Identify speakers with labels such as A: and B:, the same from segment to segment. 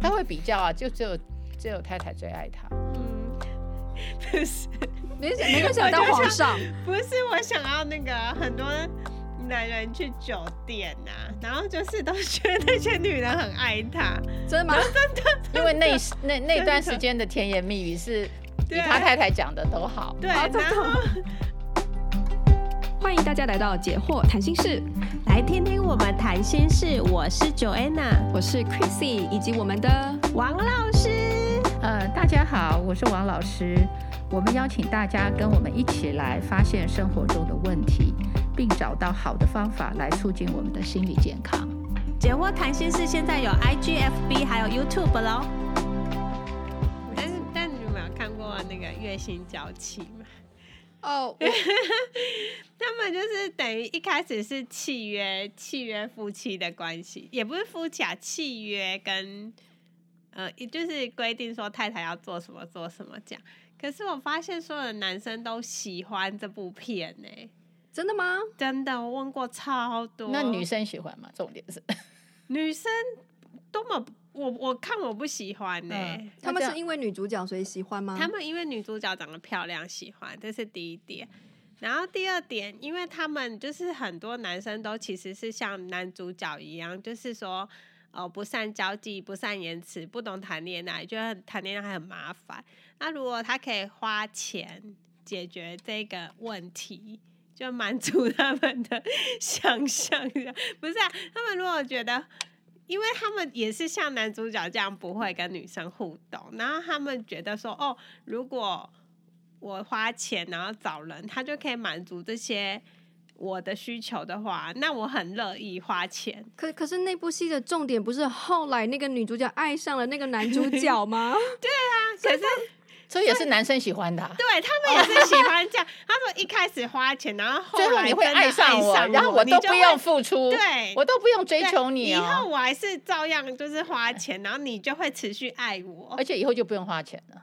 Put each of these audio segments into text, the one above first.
A: 他会比较啊，就只有只有太太最爱他，
B: 嗯，
C: 不是
B: 没想没有想到皇上，
C: 不是，我想要那个很多男人去酒店呐、然后就是都觉得那些女人很爱他，
B: 真的吗？
A: 因为 那那那段时间的甜言蜜语是比
C: 对
A: 他太太讲的都好。
C: 对，
B: 好
C: 然
B: 真的
C: 后
B: 欢迎大家来到解惑谈心室，
C: 来听听我们谈心事，我是 Joanna
B: 我是 Chrissy，以及我们的
C: 王老师。
A: 呃，大家好，我是王老师。我们邀请大家跟我们一起来发现生活中的问题，并找到好的方法来促进我们的心理健康。
C: 解惑谈心事现在有 IGFB 还有 YouTube 喽。但是，但你有没有看过那个月薪娇妻吗？
B: 哦，
C: 他们就是等于一开始是契约，契约夫妻的关系，也不是夫妻啊，契约跟呃，也就是规定说太太要做什么做什么这样。可是我发现所有的男生都喜欢这部片呢、
B: 真的吗？
C: 真的，我问过超多。
A: 那女生喜欢吗？重点 是，
C: 女生多么，我我看我不喜欢呢、
A: 嗯
B: 他
A: 那这
B: 们是
A: 样
B: 因为女主角所以喜欢吗？
C: 他们因为女主角长得漂亮喜欢，这是第一点。然后第二点，因为他们就是很多男生都其实是像男主角一样，就是说，哦、不善交际、不善言辞、不懂谈恋爱，觉得谈恋爱很麻烦。那如果他可以花钱解决这个问题，就满足他们的想象 的。不是、啊，他们如果觉得因为他们也是像男主角这样不会跟女生互动，然后他们觉得说，哦，如果我花钱然后找人，他就可以满足这些我的需求的话，那我很乐意花钱。
B: 可可是那部戏的重点不是后来那个女主角爱上了那个男主角吗？
C: 可是
A: 所以也是男生喜欢的啊、
C: 对他们也是喜欢这样。他说一开始花钱，然后
A: 最
C: 后
A: 后
C: 来
A: 你会
C: 真的
A: 爱上我，然后我
C: 你
A: 都
C: 就
A: 不
C: 会
A: 用付出，
C: 对
A: 我都不用追
C: 对
A: 求你
C: 以后
A: 哦，
C: 我还是照样就是 花钱，然后你就会持续爱我
A: 而。且以后就不用花钱了。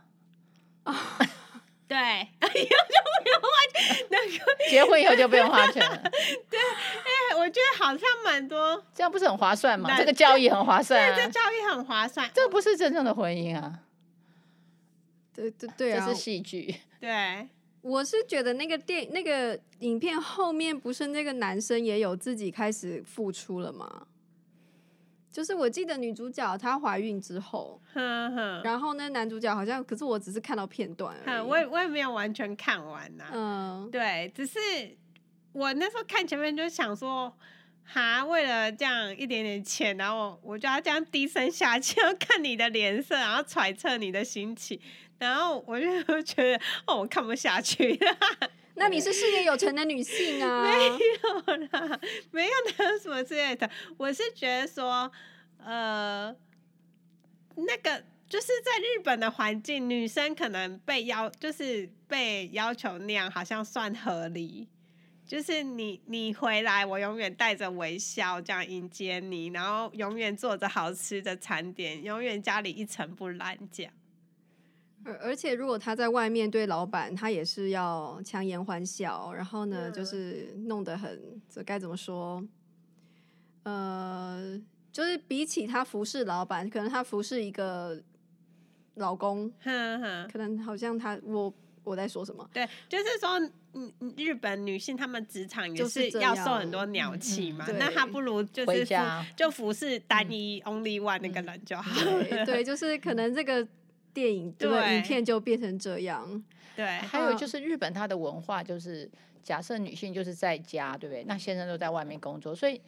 C: 对，哎以后就不用花钱。那个，
A: 结婚以后就不用花钱了，
C: 哎我觉得好像蛮多
A: 这样不是很划算吗？
C: 那
A: 这个交易很划算、
C: 这
A: 啊，
C: 教育很划算。
A: 这不是真正的婚姻啊，
B: 对对对
A: 这
B: 啊
A: 是！戏剧。
C: 对，
B: 我是觉得那个电那个影片后面不是那个男生也有自己开始付出了吗？就是我记得女主角她怀孕之后，
C: 哼哼，
B: 然后呢男主角好像，可是我只是看到片段而已。
C: 哼，我也我也没有完全看完呐、
B: 嗯，
C: 对，只是我那时候看前面就想说，哈，为了这样一点点钱，然后我我就要这样低声下气，要看你的脸色，然后揣测你的心情，然后我就觉得哦，我看不下去了，
B: 那你是事业有成的女性啊，
C: 啦，没有哪有 什么之类的，我是觉得说，呃，那个就是在日本的环境，女生可能被要就是被要求那样，好像算合理。就是你，你回来，我永远带着微笑这样迎接你，然后永远做着好吃的餐点，永远家里一尘不染这样。
B: 而 而且如果她在外面对老板，她也是要强颜欢笑，然后呢，
C: 嗯
B: 就是弄得很，这该怎么说？呃，就是比起她服侍老板，可能她服侍一个老公，
C: 哼哼，
B: 可能好像她我我在说什么？
C: 对，就是说，嗯，日本女性她们职场也
B: 就是
C: 是
B: 这
C: 要
B: 样
C: 受很多鸟气
A: 嗯
C: 嘛，
B: 嗯
C: 那
B: 对嗯
C: 她不如就
A: 回
C: 是服
A: 家
C: 就服侍单一、only one 那个人就好了。
B: 对，对就是可能这个电影这个
C: 对
B: 影片就变成这样，
C: 对
B: 哎
A: 还有
B: 嗯
A: 就是日本，它的文化就是假设女性就是在家，对不对？那先生都在外面工作，所以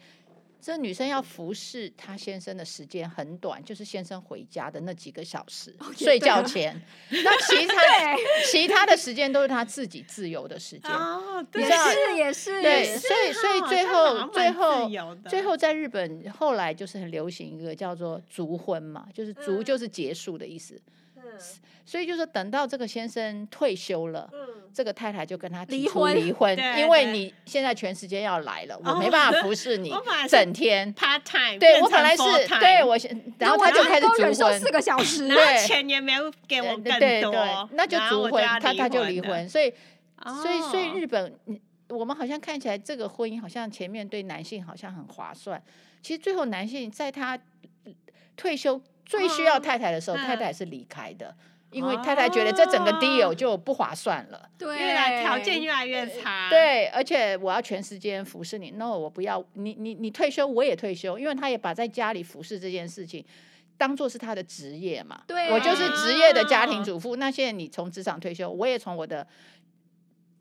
A: 这女生要服侍她先生的时间很短，就是先生回家的那几个小时，
B: 也
A: 睡
B: 对啊
A: 觉前。那其 他其他的时间都是她自己自由的时间。
C: 哦，对
B: 也
A: 知道
B: 是也是
A: 对，所以所以
C: 哦
A: 最
C: 这样好
A: 后
C: 像
A: 最
C: 蛮自
A: 后
C: 由的
A: 最后在日本后来就是很流行一个叫做“足婚”嘛，就是“足”
C: 嗯
A: 就是结束的意思，
C: 嗯
A: 所以就是等到这个先生退休了。
C: 嗯，
A: 这个太太就跟他提
B: 离
A: 出
B: 婚
A: 离婚，
C: 对
A: 因为
C: 对
A: 你现在全时间要来了，我
C: 哦
A: 没办法服侍你
C: 我本来是
A: 整天。
C: part time，
A: 对
C: 变
A: 我本
C: 成
A: 来是
C: full time
A: 对我先，然后
B: 那
A: 他
B: 我
A: 就
B: 能
A: 开始
B: 够
A: 足
B: 忍受
A: 婚
B: 四，个小时，
C: 然后
A: 对
C: 钱也没有给我
A: 呃
C: 更
A: 对
C: 多，
A: 对对，那就
C: 然后
A: 足
C: 我
A: 婚，
C: 要
A: 他他就
C: 了
A: 离婚，。所以所以，所以
C: 哦
A: 日本，嗯我们好像看起来这个婚姻好像前面对男性好像很划算，其实最后男性在他退休最需要太太的时候，
C: 嗯
A: 太太是离开的，因为太太觉得这整个
C: 哦
A: deal 就不划算了。
B: 对，
C: 越来条件越来越差，，
A: 对，而且我要全时间服侍你。no，我不要你，你你退休我也退休，因为他也把在家里服侍这件事情当做是他的职业嘛。
B: 对
A: 我就是
B: 啊
A: 职业的家庭主妇。那现在你从职场退休，我也从我的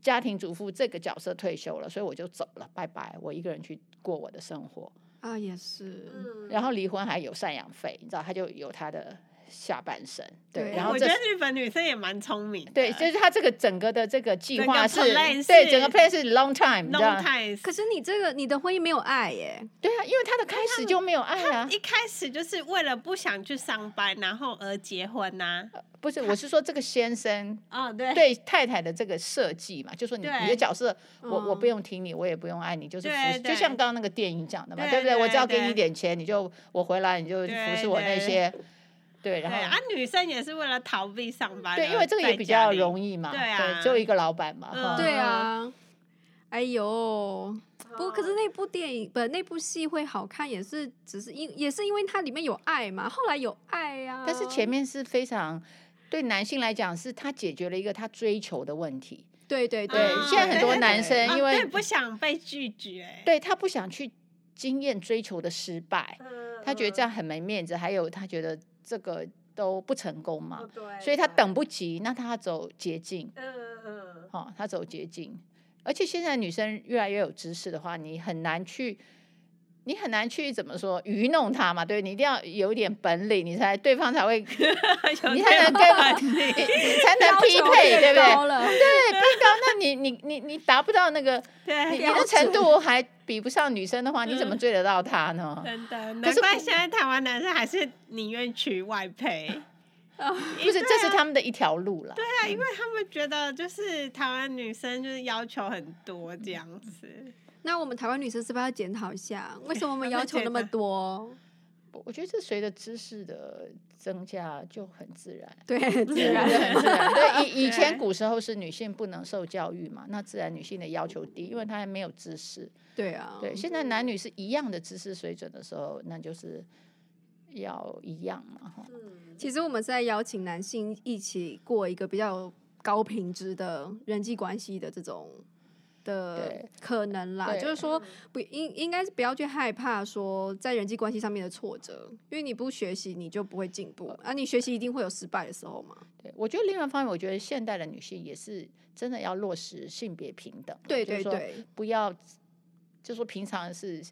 A: 家庭主妇这个角色退休了，所以我就走了，拜拜，我一个人去过我的生活。
B: 啊，也是，
C: 嗯
A: 然后离婚还有赡养费，你知道，他就有他的下半生。对，
B: 对
A: 然后
C: 我
A: 这
C: 觉
A: 是
C: 得日本女生也蛮聪明的，
A: 对，就是他这个整个的这个计
C: 整
A: 划
C: 个
A: 是
C: plan
A: 对
C: 是
A: 整个 plan 是 long time，你知道
C: no。time。
B: 可是你这个你的婚姻没有爱耶，
A: 对啊，因为他的开始就没有爱啊，
C: 一开始就是为了不想去上班，然后而结婚呐、
A: 不是，我是说这个先生
C: 哦，对，
A: 对太太的这个设计嘛，就说你
C: 对
A: 你的角色，我我
B: 嗯
A: 不用听你，我也不用爱你，就是
C: 对
A: 服侍，
C: 对
A: 就像刚刚那个电影讲的嘛，
C: 对
A: 对不对？我
C: 对
A: 只要给你
C: 对
A: 一点钱，你就我回来你就
C: 对
A: 服侍我那
C: 对
A: 些，对，
C: 对
A: 然
C: 啊
A: 后，
C: 女生也是为了逃避上班而在家里，
A: 对，因为这个也比较容易嘛，
C: 对啊
A: 对，只有一个老板嘛，
C: 嗯
A: 哈
B: 对啊，哎呦，不，可是那部电影不那部戏会好看，也是只是因也是因为它里面有爱嘛，后来有爱啊呀、
A: 但
C: 啊
A: 是前面是非常。对男性来讲，是他解决了一个他追求的问题。
B: 对对
A: 对
C: 啊
A: 现在很多
C: 对
A: 男生
C: 啊
A: 因为
C: 对不想被拒绝，
A: 对他不想去经验追求的失败，
C: 嗯，
A: 他觉得这样很没面子，还有他觉得这个都不成功嘛。
C: 嗯，哦对
A: 所以他，等不及，那他走捷径，
C: 嗯嗯嗯，
A: 哦，他走捷径。而且现在女生越来越有知识的话，你很难去，你很难去怎么说愚弄她嘛？对，你一定要有点本领，你才对方才会，你
C: 有
A: 你
C: 这
A: 才能
C: 种
A: 跟
C: 话题
A: 你才能
B: 要
A: 匹
B: 求
A: 配，对
B: 越
A: 不对？
B: 高了，
A: 对，匹高，那你你你你达不到那个，你你
C: 对，
A: 的程度还比不上女生的话，你怎么
C: 嗯
A: 追得到她呢？
C: 真的，
A: 可
C: 难
A: 是
C: 怪
A: 不
C: 现在台湾男生还是宁愿娶外配。
A: 不是，这是他们的一条路啦。
C: 对啊，因为他们觉得就是台湾女生就是要求很多这样子，
B: 那我们台湾女生是不是要检讨一下，为什么我们要求那么多？
A: 我觉得这随着知识的增加就很自然。
B: 对，自
A: 对
B: 然。
A: 很自然。对， 以以前
C: 对
A: 古时候是女性不能受教育嘛，那自然女性的要求低，因为她还没有知识。
B: 对啊，
A: 对，现在男女是一样的知识水准的时候，那就是要一样嘛，哈。
B: 其实我们是在邀请男性一起过一个比较高品质的人际关系的这种的
A: 对
B: 可能啦，
A: 对
B: 就是说不应应该是不要去害怕说在人际关系上面的挫折，因为你不学习你就不会进
A: 呃
B: 步啊，你学习一定会有失败的时候嘛。
A: 对，我觉得另外一方面，我觉得现代的女性也是真的要落实性别平等，
B: 对
A: 就是
B: 对
A: 说
B: 对，
A: 不要就说平常是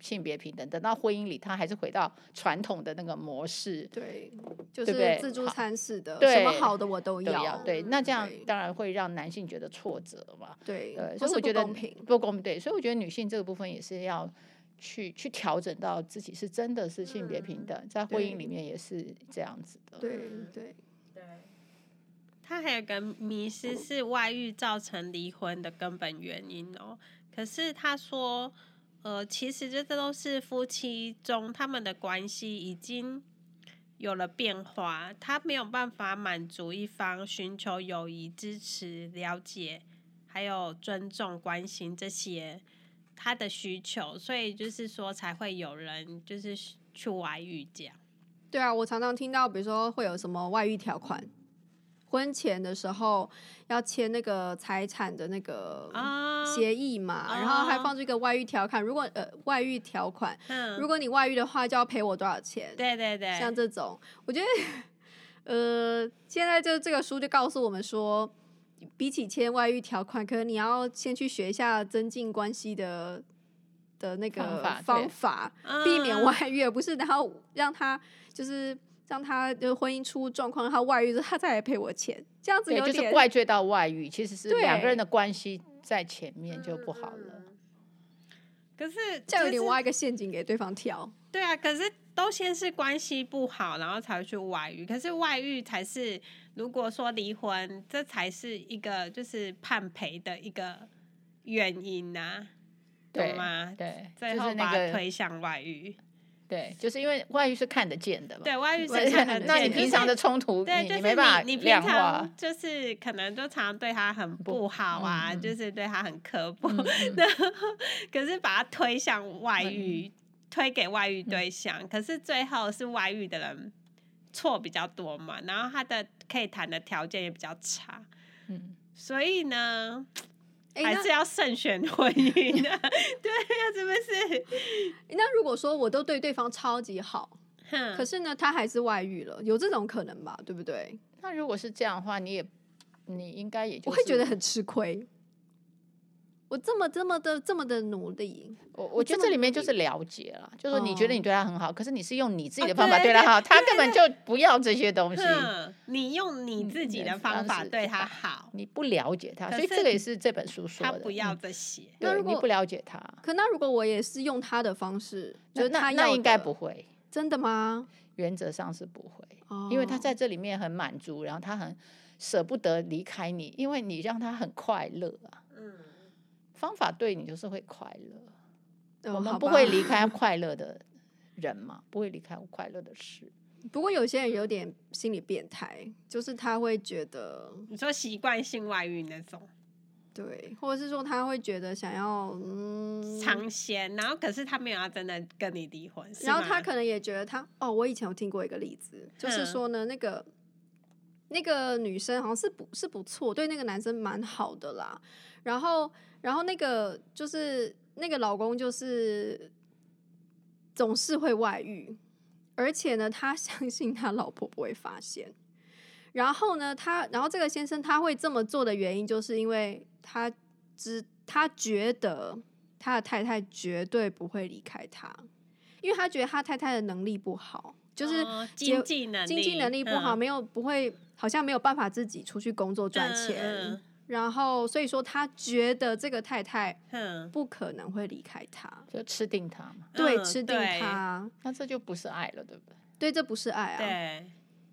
A: 性别平等，等到婚姻里，她还是回到传统的那个模式。
B: 对，就
A: 对不对
B: 是自助餐式的，
A: 对
B: 什么好的我都
A: 都要
B: 要，
A: 对，那这样
B: 对
A: 当然会让男性觉得挫折嘛。
B: 对
A: 对，，
B: 或
A: 所以
B: 是
A: 我觉
B: 不
A: 得
B: 公平。
A: 不公平，对，所以我觉得女性这个部分也是要去去调整到自己是真的是性别平等，在婚姻
B: 对
A: 里面也是这样子的。
B: 对
C: 嗯
B: 对，
C: 对。他还有个迷失是外遇造成离婚的根本原因哦。可是他说，呃，其实这都是夫妻中他们的关系已经有了变化，他没有办法满足一方寻求友谊、支持、了解，还有尊重、关心这些他的需求，所以就是说才会有人就是去外遇这样。
B: 对啊，我常常听到，比如说会有什么外遇条款，婚前的时候要签那个财产的那个
C: 啊
B: 嗯协议嘛，
C: 啊
B: 然后还放出一个外遇条款，如果呃外遇条款，
C: 嗯，
B: 如果你外遇的话，就要赔我多少钱？
C: 对对对，
B: 像这种，我觉得呃，现在就这个书就告诉我们说。比起签外遇条款，可能你要先去学一下增进关系的的那
A: 方
B: 个
A: 法对
B: 方法
C: 嗯
B: 避免外遇，而不是然后让他就是让他就是婚姻出状况，让他外遇之后他再来赔我钱，这样子
A: 对，
B: 有
A: 就是
B: 点
A: 怪罪到外遇，其实是
B: 对
A: 两个人的关系在前面就不好了。
C: 嗯可是
B: 这样
C: 就
B: 有点
C: 是
B: 挖一个陷阱给对方跳。
C: 对啊，可是都先是关系不好，然后才会去外遇。可是外遇才是，如果说离婚，这才是一个就是判赔的一个原因呐、
A: 对
C: 懂吗？
A: 对，
C: 最
A: 就
C: 后
A: 是那
C: 把它
A: 个
C: 推向外遇，
A: 对，就是因为外遇是看得见的嘛。
C: 对外遇
A: 外遇
C: 是看
A: 看得见，
C: 得见的，
A: 那你
C: 可
A: 平
C: 是
A: 常的冲突，
C: 对，
A: 你
C: 就是
A: 你没办法
C: 你平
A: 量化
C: 常。就是可能就常对他很不
A: 不
C: 好啊，
A: 嗯嗯
C: 就是对他很刻薄，
A: 嗯嗯
C: 然后可是把他
B: 嗯
C: 推向外遇，推给外遇对象，可是最后是外遇的人错比较多嘛，然后他的可以谈的条件也比较差，
A: 嗯，
C: 所以呢，
B: 哎、
C: 还
B: 那
C: 是要慎选婚姻 的，对呀，是不是？
B: 那如果说我都对对方超级好，
C: 哼
A: 嗯
B: 可是呢，他还是外遇了，有这种可能吧？对不对？
A: 那如果是这样的话，你也你应该也就
B: 我会觉
A: 是
B: 得很吃亏。我这么这么的这么的努力，
A: 我我觉
B: 这
A: 得
B: 么
A: 这里面就是了解了，就是说你觉得
B: 哦
A: 你对他很好，可是你是用你自己
C: 啊
A: 的方法
C: 对
A: 对他好，他根本就不要这些东西，
C: 哼，你用你自
A: 嗯
C: 己的
A: 对
C: 方
A: 方
C: 法
A: 式
C: 对他
A: 吧
C: 好，
A: 你不了解他，
C: 可
A: 所以
C: 是
A: 这个也是这本书说
C: 他
A: 的，
C: 不要
A: 嗯
C: 这些，
B: 那
A: 对
B: 如
A: 你
B: 果
A: 不了解他，
B: 可那如果我也是用他的方式，就
A: 那
B: 是
A: 那
B: 他
A: 那
B: 要
A: 应该
B: 的
A: 不会，
B: 真的吗？
A: 原则上是不会，
B: 哦
A: 因为他在这里面很满足，然后他很舍不得离开你，因为你让他很快乐啊，
C: 嗯，
A: 方法对你就是会快乐。
B: 呃
A: 我们
B: 好
A: 不
B: 吧
A: 会离 开快乐的人嘛，不会离开快乐的事。
B: 不过有些人有点心理变态，就是他会觉得
C: 你说习惯性外遇那种
B: 对，或者是说他会觉得想要嗯，
C: 尝鲜，然后可是他没有要真的跟你离婚，是
B: 然后
C: 吗
B: 他可能也觉得他哦，我以前有听过一个例子，就是
C: 嗯
B: 说呢，那个那个女生好像是不是不错，对那个男生蛮好的啦。然后然后那个就是那个老公就是总是会外遇，而且呢，他 相信他老婆不会发现。然后呢，他然后这个先生他会这么做的原因，就是因为他知他觉得他的太太绝对不会离开他，因为他觉得他太太的能力不好，就是
C: 哦
B: 结
C: 经济能力，
B: 经济能力不好，
C: 嗯
B: 没有不会，好像没有办法自己出去工作赚钱。
C: 嗯
B: 然后，所以说他觉得这个太太
C: 嗯
B: 不可能会离开他，
A: 就吃定他嘛，
B: 对，
C: 嗯
B: 吃定
C: 对
B: 他，
A: 那这就不是爱了，对不对？
B: 对，这不是
C: 嗯
B: 爱啊。
C: 对，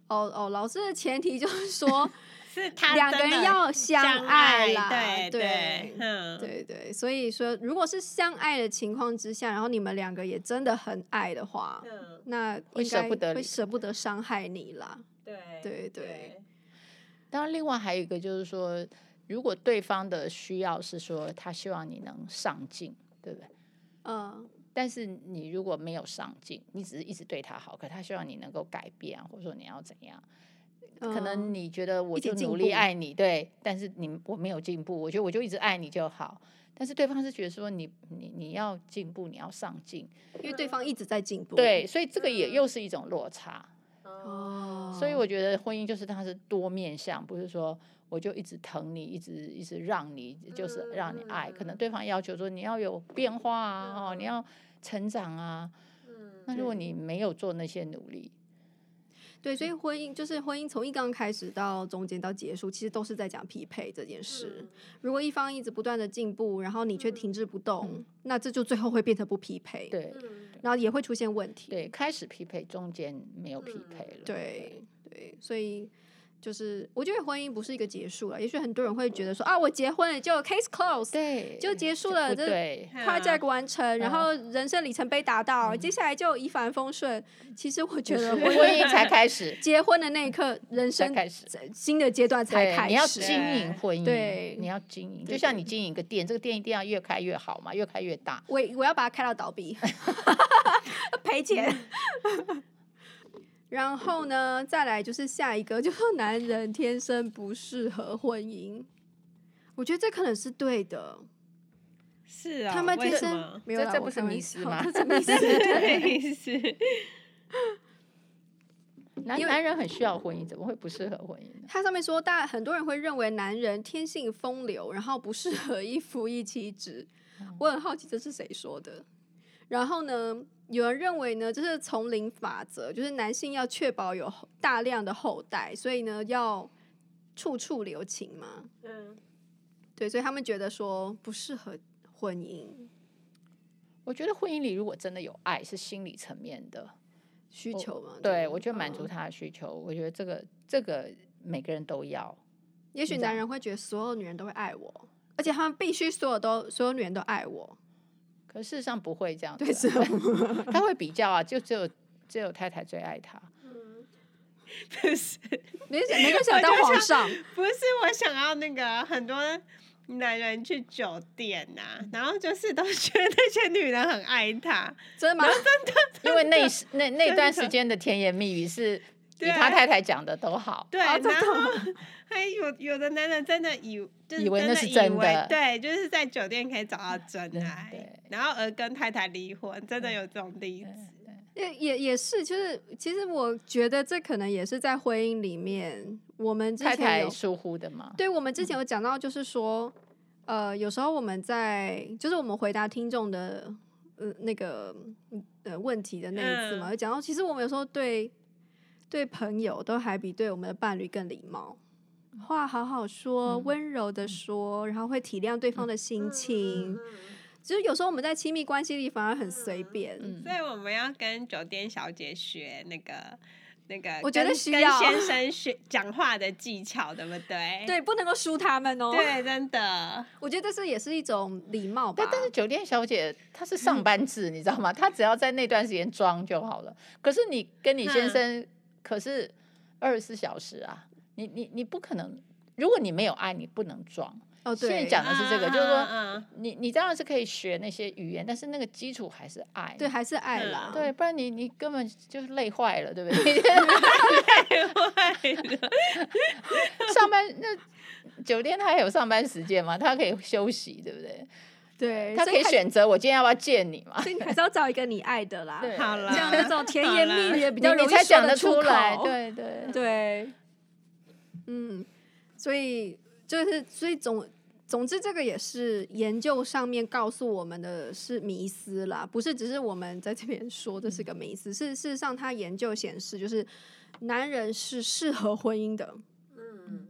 B: 哦哦，老师的前提就 是说
C: 是他
B: 两个
C: 真
B: 人
C: 的
B: 要
C: 相
B: 爱啦，
C: 对
B: 对
C: 嗯，
B: 对对，所以说如果是相爱的情况之下，然后你们两个也真的很爱的话，
C: 嗯，
B: 那
A: 会
B: 应
A: 舍
B: 该
A: 不得
B: 会
A: 离
B: 舍不得伤害你啦。
C: 对
B: 对对
A: 当然，另外还有一个就是说，如果对方的需要是说他希望你能上进，对不对？
B: 嗯，
A: 但是你如果没有上进，你只是一直对他好，可他希望你能够改变啊，或者说你要怎样？可
B: 嗯
A: 能你觉得我
B: 一起
A: 就
B: 进
A: 努力
B: 步
A: 爱你，对，但是你我没有进步，我觉得我就一直爱你就好。但是对方是觉得说你你你要进步，你要上进，
B: 因为对方一直在进步。
A: 对，所以这个也
C: 嗯
A: 又是一种落差。
B: 哦，
A: 所以我觉得婚姻就是它是多面向，不是说我就一直疼你，一直一直让你，就是让你爱。可
B: 嗯
A: 能对方要求说你要有变化啊，哦，你要成长啊。那如果你没有做那些努力，
B: 对，所以婚姻就是婚姻，从一刚开始到中间到结束，其实都是在讲匹配这件
A: 嗯
B: 事。如果一方一直不断的进步，然后你却停滞不动，
A: 嗯
B: 那这就最后会变成不匹配，
A: 对
C: 嗯
B: 然后也会出现问题。
A: 对，开始匹配，中间没有匹配了。
B: 嗯对对，所以就是我觉得婚姻不是一个结束了，也许很多人会觉得说啊，我结婚了就 case close，
A: 对，啊
B: 就结束
A: 这
B: 了
A: 不
B: 这
A: 对，
B: project 完成，然后人生里程碑达
A: 嗯
B: 到，接下来就一帆风顺。其实我觉得
A: 婚
B: 婚，
A: 姻才开始
B: 结婚的那一刻，人
A: 才
B: 生
A: 开始。
B: 新的阶段才
A: 对，
B: 开
A: 你要
B: 始。
A: 经营婚姻，
B: 对
A: 你要经营，
B: 对
A: 就像你经营一个店，这个店一定要越开越好嘛，越开越大。
B: 我我要把它开到倒闭， 赔钱。 然后呢，再来就是下一个，就是男人天生不适合婚姻。我觉得这可能是对的，
C: 是啊，
B: 他们
C: 为
B: 天
C: 什
B: 生
C: 么。
B: 没有
A: 这
B: 啦
A: 这
B: 我
A: 不是
B: 开玩
A: 迷思
B: 笑
A: 吗
B: 这是迷思
C: 对是，
A: 男
B: 因为
A: 男人很需要婚姻，怎么会不适合婚姻呢？
B: 它上面说，大很多人会认为男人天性风流，然后不适合一夫一妻制。
A: 嗯
B: 我很好奇这是谁说的。然后呢，有人认为呢，这是丛林法则，就是男性要确保有后大量的后代，所以呢要处处留情嘛。
C: 嗯，
B: 对，所以他们觉得说不适合婚姻，
A: 我觉得婚姻里如果真的有爱，是心理层面的，
B: 需求嘛。
A: 对我觉得满足
B: 嗯
A: 他的需求，我觉得这个这个每个人都要。
B: 也许
A: 这样
B: 男人会觉得所有女人都会爱我，而且他们必须所有都所有女人都爱我。
A: 可事实上不会这样
B: 对，
A: 子
B: 是
A: 啊、 他会比较啊，就只有只有太太最爱他。
C: 不是
B: 没人想没人想当皇上。
C: 不是，我想要那个啊很多男人去酒店呐、然后就是都觉得那些女人很爱他，
B: 真的吗？
A: 因为那一时那那段时间的甜言蜜语是比他太太讲的都好。
C: 对，
B: 哦真
C: 然
B: 的
C: 后 还有有的男人真的以就是
A: 以为那
C: 真的
A: 是
C: 以
A: 真
C: 为
A: 的
C: 对，就是在酒店可以找到真
A: 对
C: 爱
A: 对，嗯
C: 然后而跟太太离婚，真的有这种例子。
B: 也也也是，就是其实我觉得这可能也是在婚姻里面，我们之
A: 太嗯
B: 前有
A: 太疏忽的嘛，
B: 对，我们之前有讲到，就是说，呃，有时候我们在，就是我们回答听众的，呃，那个呃问题的那一次
C: 嗯
B: 嘛，有讲到，其实我们有时候对对朋友都还比对我们的伴侣更礼貌，话好好说，
A: 嗯
B: 温柔的说，然后会体谅对方的心
A: 嗯
B: 情。就是有时候我们在亲密关系里反而很随便，
A: 嗯
C: 所，以我们要跟酒店小姐学那个那个跟，
B: 我觉得需 要
C: 跟先生学讲话的技巧，对不对？
B: 对，不能够输他们哦。
C: 哎对，真的。
B: 我觉得这是也是一种礼貌吧嗯
A: 但。但是酒店小姐她是上班制，你知道吗？她只要在那段时间装就好了。可是你跟你
B: 嗯
A: 先生可是二十四小时啊，你你你不可能，如果你没有爱，你不能装。
B: 哦，对，
A: 现在 讲的是这个就是说
C: 嗯，嗯
A: 你你当然是可以学那些语言，但是那个基础还是爱。
B: 对，还是爱
C: 嗯
B: 啦。
A: 对，不然你你根本就是累坏了，对不 对？
C: 嗯
A: 上班那酒店他还有上班时间嘛，他可以休息，对不对？
B: 对，
A: 他
B: 所
A: 可以
B: 还
A: 选择我今天要不要见你嘛？
B: 所以你还是要找一个你爱的啦。
A: 对
C: 好了，
B: 这样那种甜言蜜语
A: 比
B: 比较容易
A: 你才
B: 说
A: 讲得
B: 出
A: 出来，
B: 口
A: 对 对
B: 对，嗯，所以就是所以总总之，这个也是研究上面告诉我们的是迷思啦，不是只是我们在这边说这是个迷思，是事实上，他研究显示就是男人是适合婚姻的，
C: 嗯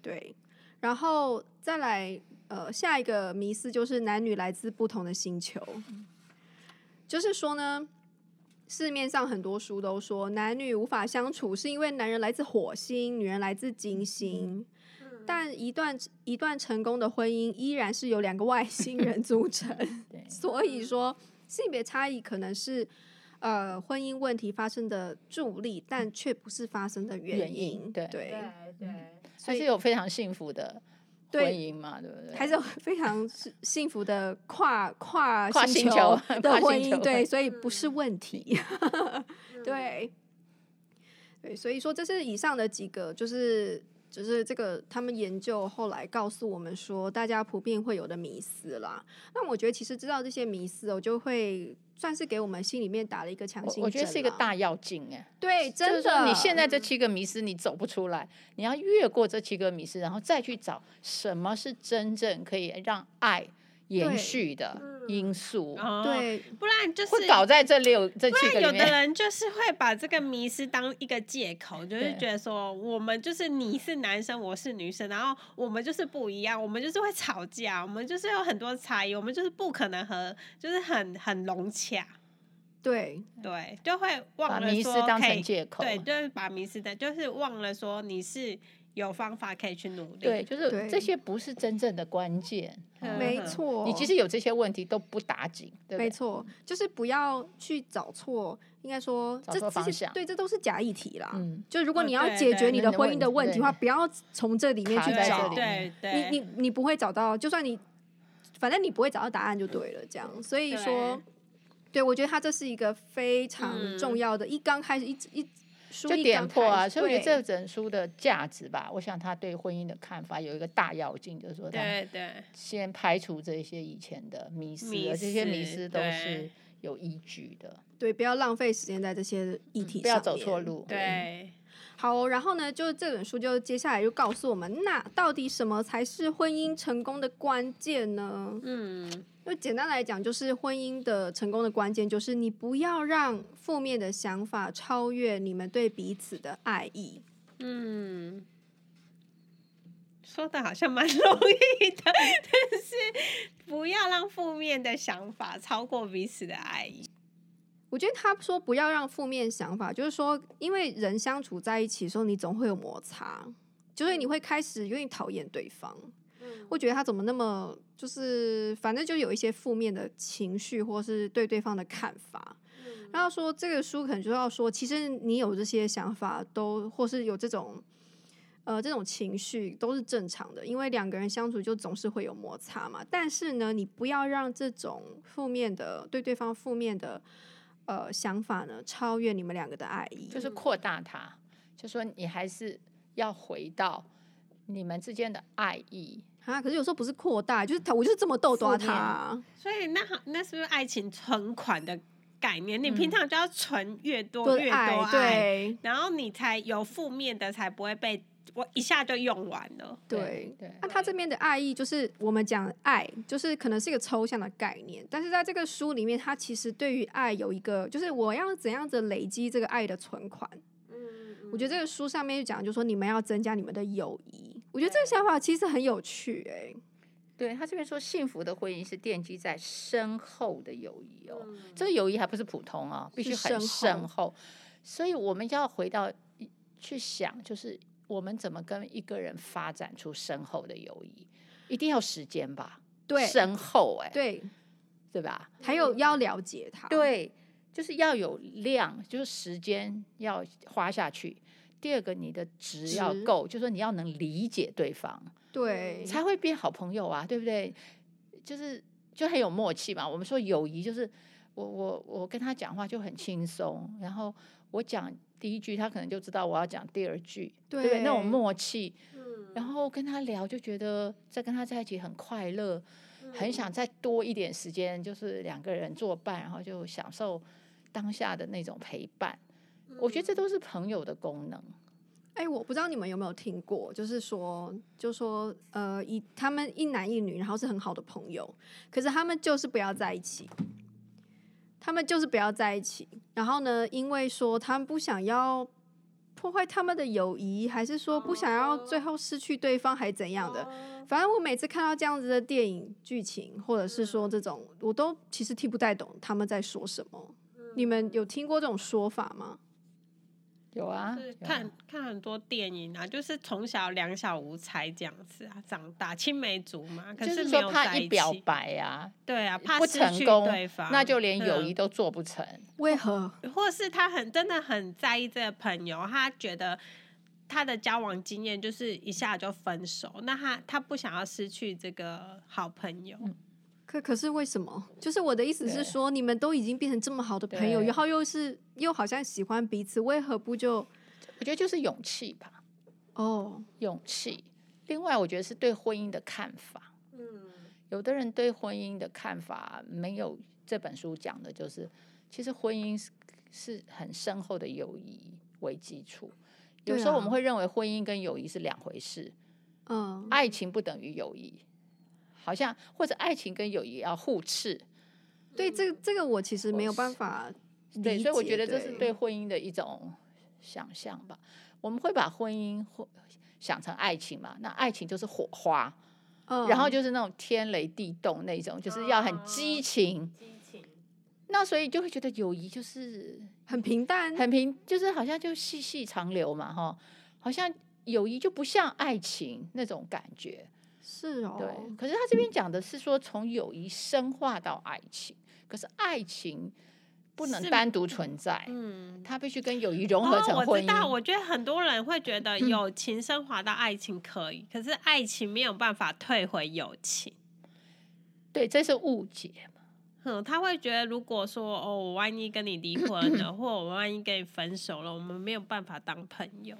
B: 对，然后再来，呃，下一个迷思就是男女来自不同的星球，就是说呢，市面上很多书都说男女无法相处，是因为男人来自火星，女人来自金星。但一段一段成功的婚姻依然是由两个外星人组成，
A: 对
B: 所以说性别差异可能是呃婚姻问题发生的助力，但却不是发生的原因。
A: 原因对
B: 对
A: 对
B: 所
A: 还
B: 以
A: 是有非常幸福的婚
B: 对
A: 姻嘛，对不对？
B: 还是有非常是幸福的跨跨
A: 跨
B: 星
A: 星
B: 球
A: 球
B: 的
A: 跨
B: 婚
A: 星
B: 姻，
A: 球
B: 对，所以不是问题，
A: 嗯
B: 对，对，所以说这是以上的几个，就是就是这个他们研究后来告诉我们说，大家普遍会有的迷思啦。那我觉得其实知道这些迷思，哦我就会算是给我们心里面打了一个强
A: 我
B: 心针啦，
A: 我觉得是一个大要劲哎，
B: 对，
A: 就
B: 真
A: 是说
B: 的，嗯
A: 你现在这七个迷失你走不出来，你要越过这七个迷失，然后再去找什么是真正可以让爱延
B: 对嗯
A: 续的因素，
C: 哦，
B: 对
C: 不然就是
A: 会搞在这六这
C: 不
A: 七个
C: 然有
A: 里
C: 的
A: 面。
C: 人就是会把这个迷失当一个借口，就是
A: 对
C: 觉得说我们就是你是男生，我是女生，然后我们就是不一样，我们就是会吵架，我们就是有很多差异，我们就是不可能和，就是很很融洽，
B: 对
C: 对，就会
A: 把
C: 忘了
A: 迷失
C: 说
A: 当
C: 可
A: 成
C: 以，
A: 借口，啊
C: 对，就是把迷失的，就是忘了说你是有方法可以去努力，
A: 对，就是
B: 对
A: 这些不是真正的关键。
C: 嗯
B: 没错，
A: 你即使有这些问题都不打紧，对不对？
B: 没错，就是不要去找错，应该说
A: 找
B: 这
A: 错
B: 这
A: 方
B: 些
A: 向
B: 对，这都是假议题啦。
A: 嗯，
B: 就如果
C: 哦
B: 你要
C: 对
B: 解
C: 对
B: 决你的
A: 那问
B: 婚姻的
A: 题
B: 问题的话，
A: 对
B: 不要从这里面
A: 卡
B: 去
A: 在这
B: 找
A: 里，
C: 对对，
B: 你你你不会找到，就算你反正你不会找到答案就对了，这样。所以说，对我觉得他这是一个非常重
C: 嗯
B: 要的，一刚开始一直一书
A: 就
B: 一
A: 点
B: 刚
A: 破
B: 开
A: 啊。
B: 始
A: 所以我觉得
B: 对
A: 这本书的价值吧，我想他对婚姻的看法有一个大要进，就是说他
C: 对对
A: 先排除这些以前的迷思，
C: 迷
A: 而这些迷
C: 思
A: 思都
C: 对
A: 是有依据的，
B: 对，不要浪费时间在这些议
A: 嗯
B: 题上面，
A: 不要走错路。
C: 对，
B: 好哦、然后呢，就这本书就接下来就告诉我们，那到底什么才是婚姻成功的关键呢？
C: 嗯，
B: 就简单来讲，就是婚姻的成功的关键就是你不要让负面的想法超越你们对彼此的爱意。
C: 嗯，说的好像蛮容易的，但是不要让负面的想法超过彼此的爱意。
B: 我觉得他说不要让负面想法，就是说，因为人相处在一起的时候，你总会有摩擦，就是你会开始有点讨厌对方，
C: 嗯
B: 会觉得他怎么那么就是，反正就有一些负面的情绪或是对对方的看法。
C: 嗯
B: 然后说这个书可能就要说，其实你有这些想法都，或是有这种呃这种情绪都是正常的，因为两个人相处就总是会有摩擦嘛。但是呢，你不要让这种负面的对对方负面的呃想法呢，超越你们两个的爱意。
A: 就是扩大它。就说你还是要回到你们之间的爱意。
B: 啊，可是有时候不是扩大，就是他，我就是这么逗
A: 负
B: 抓
A: 面
B: 他啊、
C: 所以那好那是不是爱情存款的概念？你平
A: 嗯
C: 常就要存越多
B: 多
C: 越多
B: 爱，对
C: 然后你才有负面的，才不会被我一下就用完了。
B: 对
A: 对
B: 那、他这边的爱意就是我们讲爱，就是可能是一个抽象的概念，但是在这个书里面，他其实对于爱有一个，就是我要怎样子累积这个爱的存款。
C: 嗯
B: 我觉得这个书上面就讲，就说你们要增加你们的友谊。我觉得这个想法其实很有趣、欸，
A: 对他这边说，幸福的婚姻是奠基在深厚的友谊哦。
C: 嗯
A: 这个友谊还不是普通啊，必
B: 是
A: 须很
B: 深
A: 深
B: 厚
A: 厚。所以我们要回到一去想，就是我们怎么跟一个人发展出深厚的友谊，一定要时间吧？
B: 对
A: 深厚哎、
B: 对，
A: 对吧？
B: 还有要了解他，，
A: 对，就是要有量，就是时间要花下去。第二个，你的值要
B: 值
A: 够，就说你要能理解对方，
B: 对，
A: 才会变好朋友啊，对不对？就是就很有默契嘛。我们说友谊就是我我我跟他讲话就很轻松，然后我讲第一句，他可能就知道我要讲第二句，对不对？那种
B: 对
A: 默契，嗯然
C: 后
A: 后跟他聊就觉得在跟他在一起很快乐，
C: 嗯
A: 很想再多一点时间，就是两个人作伴，然后就享受当下的那种陪伴。
C: 嗯
A: 我觉得这都是朋友的功能。
B: 哎、我不知道你们有没有听过，就是说，就说，呃，一他们一男一女，然后是很好的朋友，可是他们就是不要在一起，他们就是不要在一起。然后呢，因为说他们不想要破坏他们的友谊，还是说不想要最后失去对方，还怎样的？反正我每次看到这样子的电影剧情，或者是说这种，我都其实听不太懂他们在说什么。你们有听过这种说法吗？
A: 有啊，有啊
C: 看看很多电影啊，就是从小两小无猜这样子啊，长大青梅竹马，可
A: 就是
C: 没
A: 说
C: 有
A: 怕
C: 在
A: 一
C: 一
A: 表
C: 起
A: 白啊，
C: 对啊，怕
A: 不
C: 失
A: 成
C: 去
A: 功
C: 对方，
A: 那就连友
C: 嗯
A: 谊都做不成。
B: 为何？
C: 或是他很真的很在意这个朋友，他觉得他的交往经验就是一下就分手，那他他不想要失去这个好朋友，
A: 嗯
B: 可可是为什么？就是我的意思
A: 对
B: 是说，你们都已经变成这么好的朋友，
A: 对
B: 然后又是又好像喜欢彼此，为何不就
A: 我觉得就是勇气吧，
B: 哦？
A: 勇气。另外，我觉得是对婚姻的看法。
C: 嗯，
A: 有的人对婚姻的看法没有这本书讲的，就是其实婚姻是是很深厚的友谊为基础。有
B: 对
A: 时候我
B: 啊
A: 们会认为婚姻跟友谊是两回事，
B: 嗯，
A: 爱情不等于友谊，好像或者爱情跟友谊要互斥。
B: 对，这个这个我其实没有办法理解。
A: 对，所以我觉得这是对
B: 对
A: 婚姻的一种想象吧。我们会把婚姻或想成爱情嘛？那爱情就是火花，
B: 嗯
A: 然后就是那种天雷地动那种，就是要很
B: 嗯
A: 激情。
C: 激情，
A: 那所以就会觉得友谊就是
B: 很平淡，
A: 很平，就是好像就细细长流嘛，哈，好像友谊就不像爱情那种感觉。
B: 是哦，
A: 对，可是他这边讲的是说从友谊深化到爱情，可是爱情不能
C: 是
A: 单独存在，
C: 嗯。
A: 它必须跟友谊融合成
C: 哦，我
A: 婚
C: 知
A: 姻。嗯
C: 道，我觉得很多人会觉得友情升华到爱情可以，可是爱情没有办法退回友情。
A: 对，这是误解。
C: 嗯，他会觉得如果说哦，我万一跟你离婚了，或我万一跟你分手了，我们没有办法当朋友。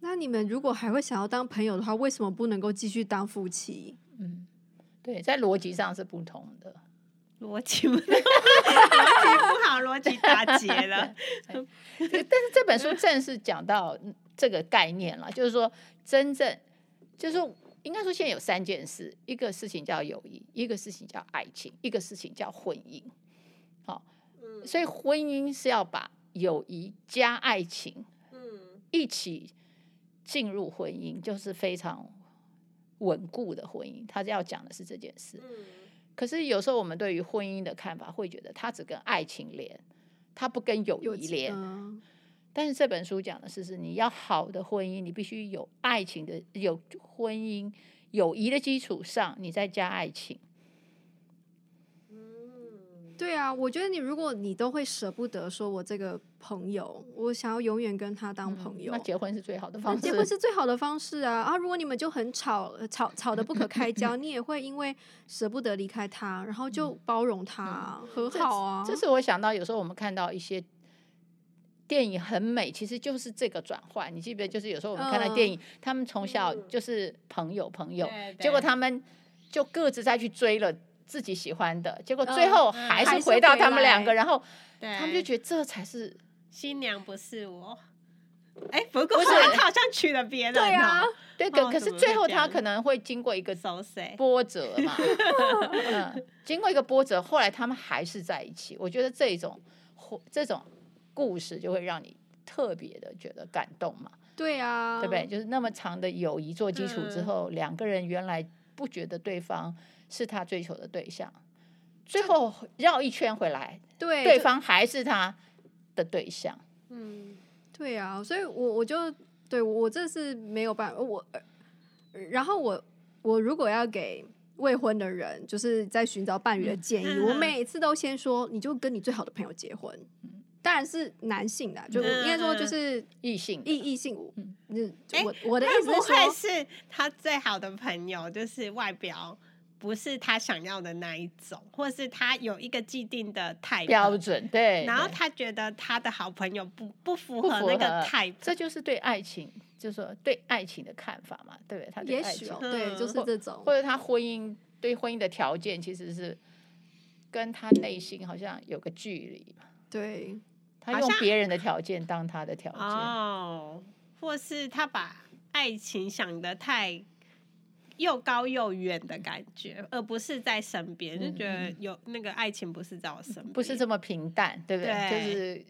B: 那你们如果还会想要当朋友的话，为什么不能够继续当夫妻？
A: 嗯，对，在逻辑上是不同的。
C: 逻辑不逻辑不好，逻辑打结了。
A: 但是这本书正是讲到这个概念了，就是说真正就是说应该说现在有三件事，一个事情叫友谊，一个事情叫爱情，一个事情叫婚姻。好、
C: 嗯
A: 所以婚姻是要把友谊加爱情
C: 嗯
A: 一起进入婚姻，就是非常稳固的婚姻。他要讲的是这件事。
C: 嗯
A: 可是有时候我们对于婚姻的看法，会觉得它只跟爱情连，它不跟友
B: 有
A: 谊连。
B: 嗯
A: 但是这本书讲的是，是你要好的婚姻，你必须有爱情的有婚姻友谊的基础上，你再加爱情。
B: 对啊，我觉得你如果你都会舍不得说我这个朋友，我想要永远跟他当朋友，
A: 嗯那结婚是最好的
B: 那
A: 方式。
B: 结婚是最好的方式啊！啊，如果你们就很吵，呃吵吵得不可开交，你也会因为舍不得离开他，然后就包容他啊，很
A: 这
B: 好啊。
A: 这是我想到，有时候我们看到一些电影很美，其实就是这个转换。你记不记得？就是有时候我们看到电影，
B: 嗯
A: 他们从小就是朋友朋友，
C: 对
A: 结果
C: 对
A: 他们就各自再去追了自己喜欢的，结果最后
C: 嗯
A: 还
B: 还
A: 是
B: 是
A: 回到
B: 回
A: 他们两个，
B: 来
A: 然后
C: 对，
A: 他们就觉得这才是
C: 新娘不是我。哎，不过
A: 不是
C: 后来他好像娶了别人、哦，
B: 对啊，
A: 对。可、
C: 哦
A: 可
C: 怎
A: 是
C: 么
A: 最
C: 会
A: 后
C: 这
A: 他
C: 样
A: 可能会经过一个
C: 手谁？
A: 波折嘛，嗯，经过一个波折，后来他们还是在一起。我觉得这种或这种故事就会让你特别的觉得感动嘛，
B: 对啊，
A: 对不对？？就是那么长的友谊做基础之
C: 嗯
A: 后，两个人原来不觉得对方是他追求的对象，最后绕一圈回来，
B: 对，
A: 对
B: 就
A: 方还是他的对象。
C: 嗯，
B: 对啊，所以我我就对我这是没有办法，我呃然后我我如果要给未婚的人，就是在寻找伴侣的建议，
C: 嗯
B: 我
C: 嗯
B: 每次都先说，你就跟你最好的朋友结婚。当然是男性的，就
C: 嗯
B: 应该说
C: 嗯
B: 就是
A: 异性的
B: 异异性。我
A: 嗯
B: 就我我
C: 我
B: 的意思
C: 不会
B: 是
C: 是他最好的朋友，就是外表不是他想要的那一种，或是他有一个既定的 type，
A: 标准，对，
C: 然后
A: 对
C: 他觉得他的好朋友不不符
A: 不
C: 合
A: 符
C: 那个
A: 合
C: type，
A: 这就是对爱情，就是说对爱情的看法嘛，对不对？他
B: 说，
A: 对
B: 也
A: 爱
B: 许
A: 情
B: 哦，
C: 嗯
B: 对，就是
A: 或
B: 这种
A: 或。者他婚姻对婚姻的条件其实是跟他内心好像有个距离嘛，
B: 对，
A: 他
C: 好
A: 用
C: 像
A: 别人的条件当他的条件，
C: 哦，或是他把爱情想得太又高又远的感觉，而不是在身边，就觉得有那个爱情不是在我身边，
A: 嗯不是这么平淡，对不对？就是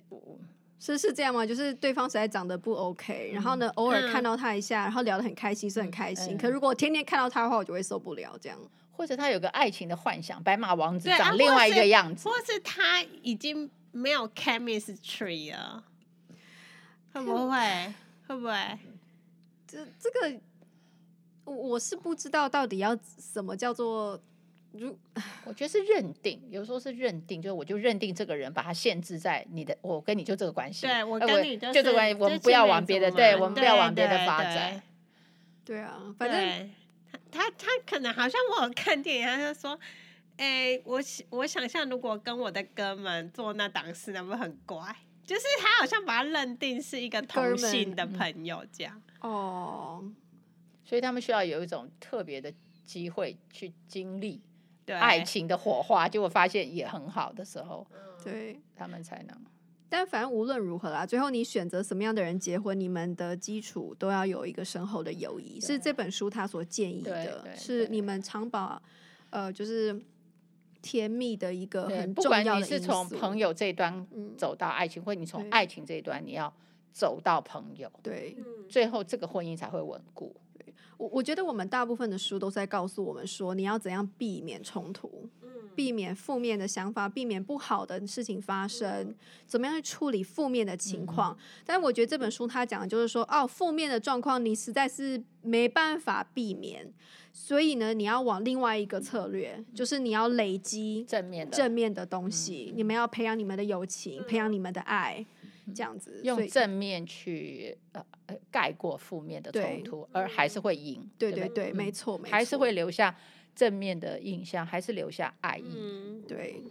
B: 是是这样吗？就是对方实在长得不 OK，然后呢，偶尔
C: 嗯
B: 看到他一下，然后聊得很开心，是很开心。
A: 嗯
B: 可如果天天看到他的话，我就会受不了这样。
A: 或者他有个爱情的幻想，白马王子
C: 对啊
A: 长另外一
C: 或
A: 个
C: 是
A: 样子，
C: 或是他已经没有 chemistry 了，会不会？会不会？
B: 这这个，我我是不知道到底要什么叫做如
A: 我觉得是认定，有时候是认定，就是我就认定这个人，把他限制在你的，我跟你就这个关系，
C: 对我
A: 哎
C: 跟你
A: 就
C: 就
A: 这个
C: 是
A: 关系，我
C: 就
A: 们不
C: 青
A: 要
C: 梅
A: 往别
C: 竹
A: 的，对
C: 马
A: 我们不要
C: 对
A: 往别的
C: 对
A: 发
C: 对
A: 展，
B: 对啊，反正
C: 对他他他可能好像我有看电影，他就说。哎、我想我想象，如果跟我的哥们做那档事，那不是很乖？就是他好像把他认定是一个
B: 哥
C: 同
B: 们嗯
C: 性的朋友这样。
B: 哦，
A: 所以他们需要有一种特别的机会去经历
C: 对，
A: 爱情的火花，结果发现也很好的时候，
B: 对。
A: 他们才能。
B: 但反正无论如何啦，最后你选择什么样的人结婚，你们的基础都要有一个深厚的友谊，是这本书他所建议
A: 对对
B: 的，是
A: 对
B: 你们长保呃就是甜蜜的一个
A: 对，
B: 呃很
A: 不
B: 重
A: 管
B: 要
A: 你
B: 的
A: 是从朋
B: 友
A: 友这一端
B: 嗯
A: 走到爱情，或你从
B: 对
A: 爱情这一端你要走到朋友，
B: 对。
A: 最后这个婚姻才会稳固。
B: 我我觉得我们大部分的书都在告诉我们说，你要怎样避免冲突，
C: 嗯
B: 避免负面的想法，避免不好的事情发
A: 嗯
B: 生，怎么样去处理负面的情况。但是我觉得这本书它讲的就是说，哦，负面的状况你实在是没办法避免，所以呢，你要往另外一个策略，就是你要累积
A: 正面的，嗯
B: 正面的东西，你们要培养你们的友情，培养你们的爱，这样子。所
A: 嗯用
B: 以
A: 正面去呃呃盖过负面的冲
B: 对
A: 突，而还是会赢。
B: 对
A: 不
B: 对对，
C: 嗯
B: 没错，没错，
A: 还是会留下正面的印象，还是留下爱意。
C: 嗯，
B: 对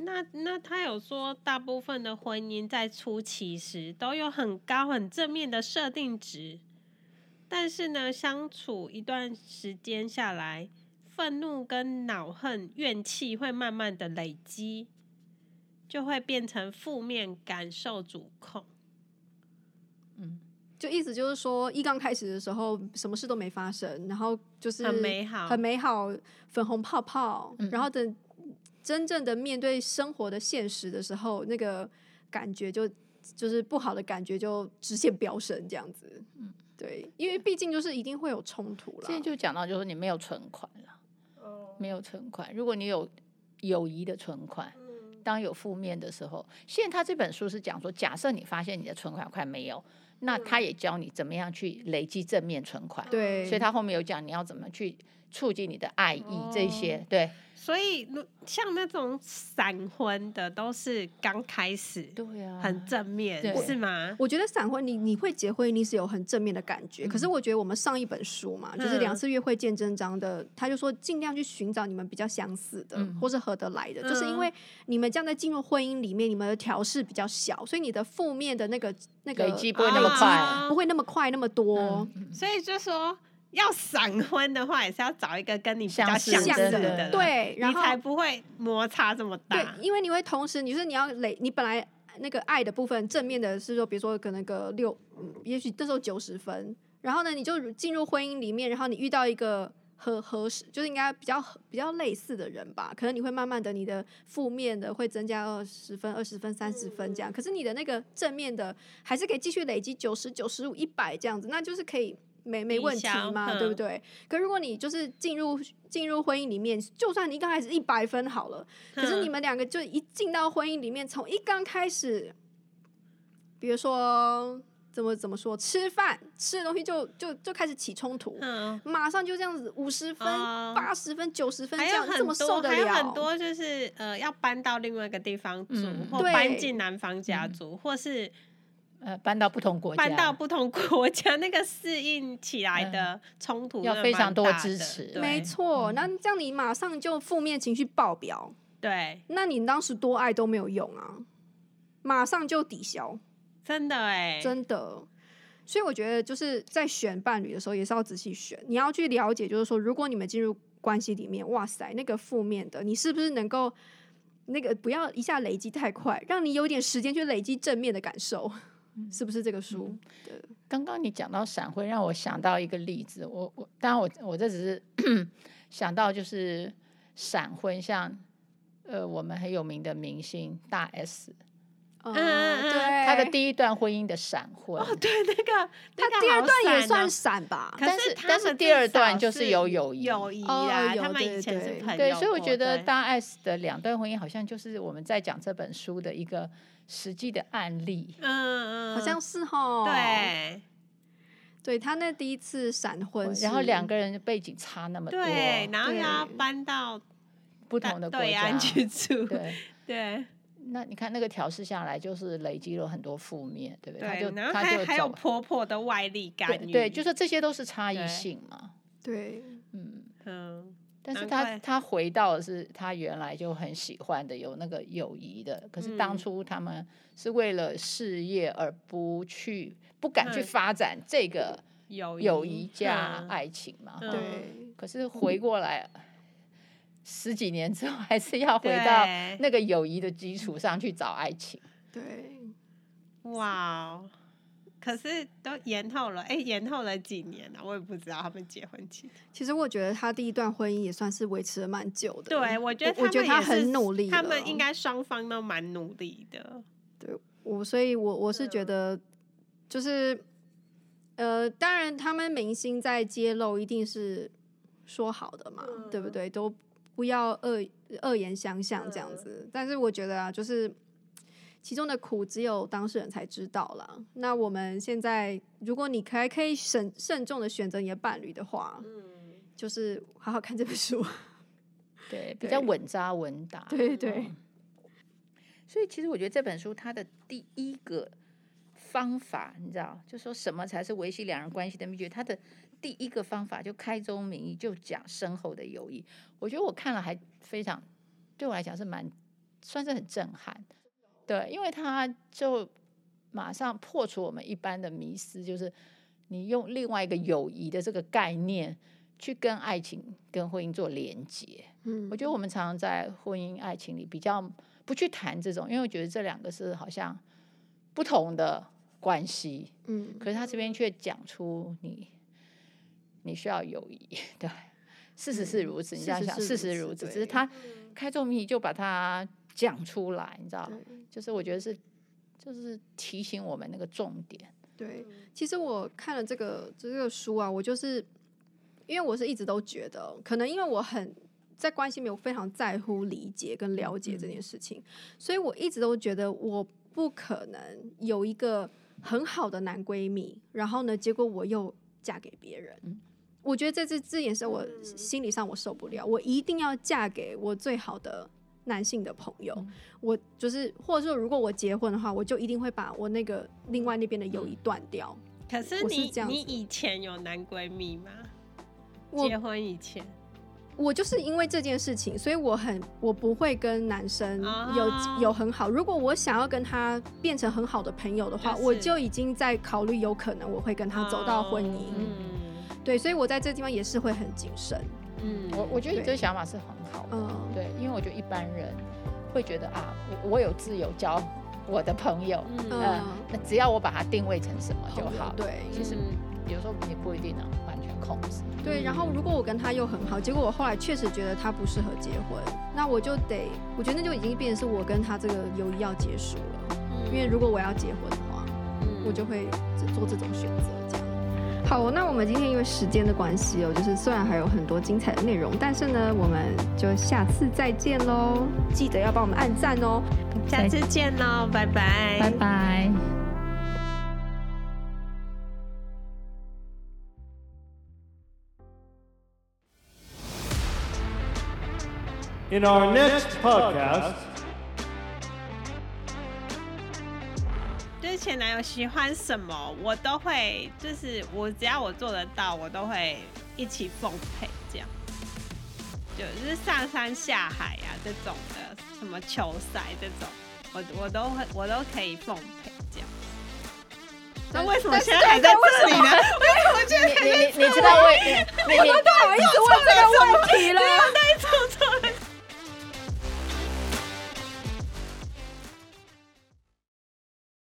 C: 那那他有说，大部分的婚姻在初期时都有很高很正面的设定值，但是呢，相处一段时间下来，愤怒跟恼恨、怨气会慢慢的累积，就会变成负面感受主控。
A: 嗯，
B: 就意思就是说，一刚开始的时候，什么事都没发生，然后就是
C: 很美好
B: 很美好，粉红泡泡。
A: 嗯
B: 然后等真正的面对生活的现实的时候，那个感觉就就是不好的感觉就直线飙升，这样子。
A: 嗯
B: 对，因为毕竟就是一定会有冲突啦。
A: 现在就讲到，就是你没有存款了，没有存款。如果你有友谊的存款，
B: 嗯
A: 当有负面的时候，现在他这本书是讲说，假设你发现你的存款快没有，那他也教你怎么样去累积正面存款。
B: 嗯对，
A: 所以他后面有讲你要怎么去促进你的爱意
B: 哦
A: 这些，对
C: 所以如像那种闪婚的都是刚开始，
A: 对啊，
C: 很正面
A: 对
C: 是吗？
B: 我觉得闪婚，你你会结婚一定是有很正面的感觉。
A: 嗯
B: 可是我觉得我们上一本书嘛，就是《两
C: 嗯
B: 次约会见真章》的，他就说尽量去寻找你们比较相似的，
A: 嗯
B: 或是合得来的，就是因为你们这样在进入婚姻里面，你们的调试比较小，所以你的负面的那个那个
A: 累积不会那
B: 累
A: 么
B: 积
A: 快。
C: 啊
B: 不会那么快那么多。
A: 嗯
C: 所以就说要闪婚的话，也是要找一个跟你比较
A: 相似
C: 相
A: 像
B: 像
C: 似
A: 真
C: 的，
A: 的，
B: 对，然
C: 你
B: 后
C: 才不会摩擦这么
B: 对
C: 大，。
B: 因为你会同时，你说你要累，你本来那个爱的部分正面的是说，比如说可能个六，嗯也许这时候九十分，然后呢，你就进入婚姻里面，然后你遇到一个合合适，就是应该比较合比较类似的人吧，可能你会慢慢的你的负面的会增加二十分、二十分、三十分这样，可是你的那个正面的还是可以继续累积九十九、十五、一百这样子，那就是可以。没没
C: 抵
B: 问题
C: 消
B: 嘛，
C: 嗯
B: 对不对？可如果你就是进入进入婚姻里面，就算你刚开始一百分好了，可是你
C: 嗯
B: 们两个就一进到婚姻里面，从一刚开始，比如说怎么怎么说，吃饭吃的东西就就就开始起冲突，
C: 嗯，
B: 马上就这样子五十分、
C: 哦
B: 八十、分、九十分这
C: 还有
B: 样，
C: 很
B: 怎么受
C: 多，
B: 得
C: 还有很
B: 了？
C: 多就是呃，要搬到另外一个地方住，
A: 嗯
C: 或搬
B: 对
C: 进男方家住，或是
A: 呃，搬到不同国家，
C: 搬到不同国家，那个适应起来的冲突
A: 嗯要
C: 真的
A: 非
C: 蛮
A: 常多
C: 大
A: 支
C: 的
A: 持
C: 对
B: 没错，
A: 嗯
B: 那这样你马上就负面情绪爆表，
C: 对，
B: 那你当时多爱都没有用啊，马上就抵消。
C: 真的哎，
B: 真的。所以我觉得就是在选伴侣的时候，也是要仔细选，你要去了解，就是说，如果你们进入关系里面，哇塞，那个负面的，你是不是能够那个不要一下累积太快，让你有点时间去累积正面的感受，
C: 嗯
B: 是不是这个书？
A: 刚刚你讲到闪婚，让我想到一个例子。我我当然我我这只是 想到就是闪婚，像呃我们很有名的明星大 S，
B: 嗯，
C: 嗯嗯
B: 对，
A: 她的第一段婚姻的闪婚，
C: 哦， 对，那个那
B: 他
C: 个
B: 第二
C: 好
B: 段也
C: 闪
B: 算
C: 哦
B: 闪吧，
C: 可
A: 啊但
C: 是
A: 是
C: 他
A: 但是
C: 们
A: 第
C: 至
A: 二段
C: 少
A: 就是有友谊
C: 友谊
B: 哦
C: 啦，
B: 有
C: 他们以
B: 对
C: 前是
B: 对
C: 朋友过，
A: 对，所以我觉得
C: 对
A: 大 S 的两段婚姻好像就是我们在讲这本书的一个实际的案例。
C: 嗯嗯，
B: 好像是哈，，
C: 对
B: 对他那第一次闪婚是，
A: 然后两个人的背景差那么多，
C: 对，然后
B: 对
C: 又要搬到
A: 哦不
C: 不
A: 同的国
C: 对
A: 家
C: 岸，去住，
A: 对。
C: 对
A: 那你看那个调试下来，就是累积了很多负面，对不对？他
C: 对，
A: 就
C: 然后
A: 他
C: 还
A: 就
C: 还有
A: 走
C: 婆婆的外力干
A: 对
C: 预，
A: 对，就是这些都是差
C: 对
A: 异性嘛。
B: 对，
A: 嗯，
C: 嗯，
A: 但是
C: 难
A: 他
C: 怪
A: 他回到的是他原来就很喜欢的，有那个友谊的。可是当
C: 嗯
A: 初他们是为了事业而不去，不敢去
C: 嗯
A: 发展这个
C: 友
A: 友谊加
C: 嗯
A: 爱情嘛。
C: 嗯
B: 对，
A: 可是回过来十几年之后，还是要回到
C: 对
A: 那个友谊的基础上去找爱情。
B: 对。
C: 哇哦。可是都延后了，哎、延后了几年啊了、我也不知道他们结婚几年。
B: 其实我觉得他第一段婚姻也算是维持了蛮久的。
A: 呃
C: 对，我觉得
B: 我觉得
C: 他
B: 他
C: 们也是
B: 很努力了。
C: 他们应该双方都蛮努力的。
B: 我，所以我我是觉得，就是呃，当然他们明星在揭露一定是说好的嘛，
C: 嗯
B: 对不对？都不要恶恶言相向这样
C: 嗯
B: 子。但是我觉得啊，就是其中的苦只有当事人才知道啦。那我们现在，如果你还可以慎慎重的选择你的伴侣的话，
C: 嗯，
B: 就是好好看这本书。
A: 对，比较
B: 对
A: 稳扎稳打。嗯
B: 对对。
A: 所以其实我觉得这本书它的第一个方法，你知道，就说什么才是维系两人关系的秘诀，它的第一个方法就开宗明义就讲深厚的友谊。我觉得我看了还非常，对我来讲是蛮算是很震撼。对，因为它就马上破除我们一般的迷思，就是你用另外一个友谊的这个概念去跟爱情、跟婚姻做连接。
B: 嗯
A: 我觉得我们常常在婚姻、爱情里比较不去谈这种，因为我觉得这两个是好像不同的关系。
B: 嗯，
A: 可是他这边却讲出你，你需要友谊，对，事实是如此。你
B: 事
A: 这样
B: 实
A: 想，事
B: 是如
A: 实
B: 此
A: 如此，
B: 对
A: 只是他开宗明义就把它讲出来，你知道，
B: 对
A: 就是我觉得是，就是提醒我们那个重点。
B: 对，其实我看了这个这个书啊，我就是因为我是一直都觉得，可能因为我很在关系里面，我非常在乎理解跟了解这件事情，所以我一直都觉得我不可能有一个很好的男闺蜜，然后呢，结果我又嫁给别人。我觉得这这这件事我心理上我受不了，我一定要嫁给我最好的男性的朋友。
A: 嗯
B: 我就是或者说，如果我结婚的话，我就一定会把我那个另外那边的友
C: 嗯
B: 谊断掉。
C: 可是
B: 我是
C: 你
B: 这样
C: 你
B: 子
C: 以前有男闺蜜吗？
B: 我
C: 结婚以前
B: 我就是因为这件事情，所以我很我不会跟男生有、
C: 啊
B: 有很好。如果我想要跟他变成很好的朋友的话，
C: 就是
B: 我就已经在考虑有可能我会跟他走到婚姻。
C: 哦嗯
B: 对，所以我在这地方也是会很谨慎。
C: 嗯，
A: 我我觉得你
B: 对
A: 这个想法是很好的，
B: 嗯，
A: 对，因为我觉得一般人会觉得啊，我我有自由交我的朋友，
C: 嗯
A: 嗯，
B: 呃
A: 那只要我把它定位成什么就
B: 朋友
A: 好。，
B: 嗯对
A: 其实
C: 嗯
A: 有时候你不一定能完全控制。
B: 对。然后如果我跟他又很好，结果我后来确实觉得他不适合结婚，那我就得，我觉得那就已经变成是我跟他这个友谊要结束了。
C: 嗯
B: 因为如果我要结婚的话，我就会做这种选择。这样。好，那我们今天因为时间的关系哦，就是虽然还有很多精彩的内容，但是呢，我们就下次再见喽！记得要帮我们按赞哦。
C: 下次见喽，拜拜，
A: 拜拜。
D: In our next podcast,
C: 就是前男友喜欢什么，我都会，就是我只要我做得到，我都会一起奉陪这样。就是上山下海啊这种的，什么球赛这种，我我都会，我都可以奉陪这样。那为什么现在还在这里呢？为什么现在
A: 你你你知道为你你你
B: 我一直问这个问题了。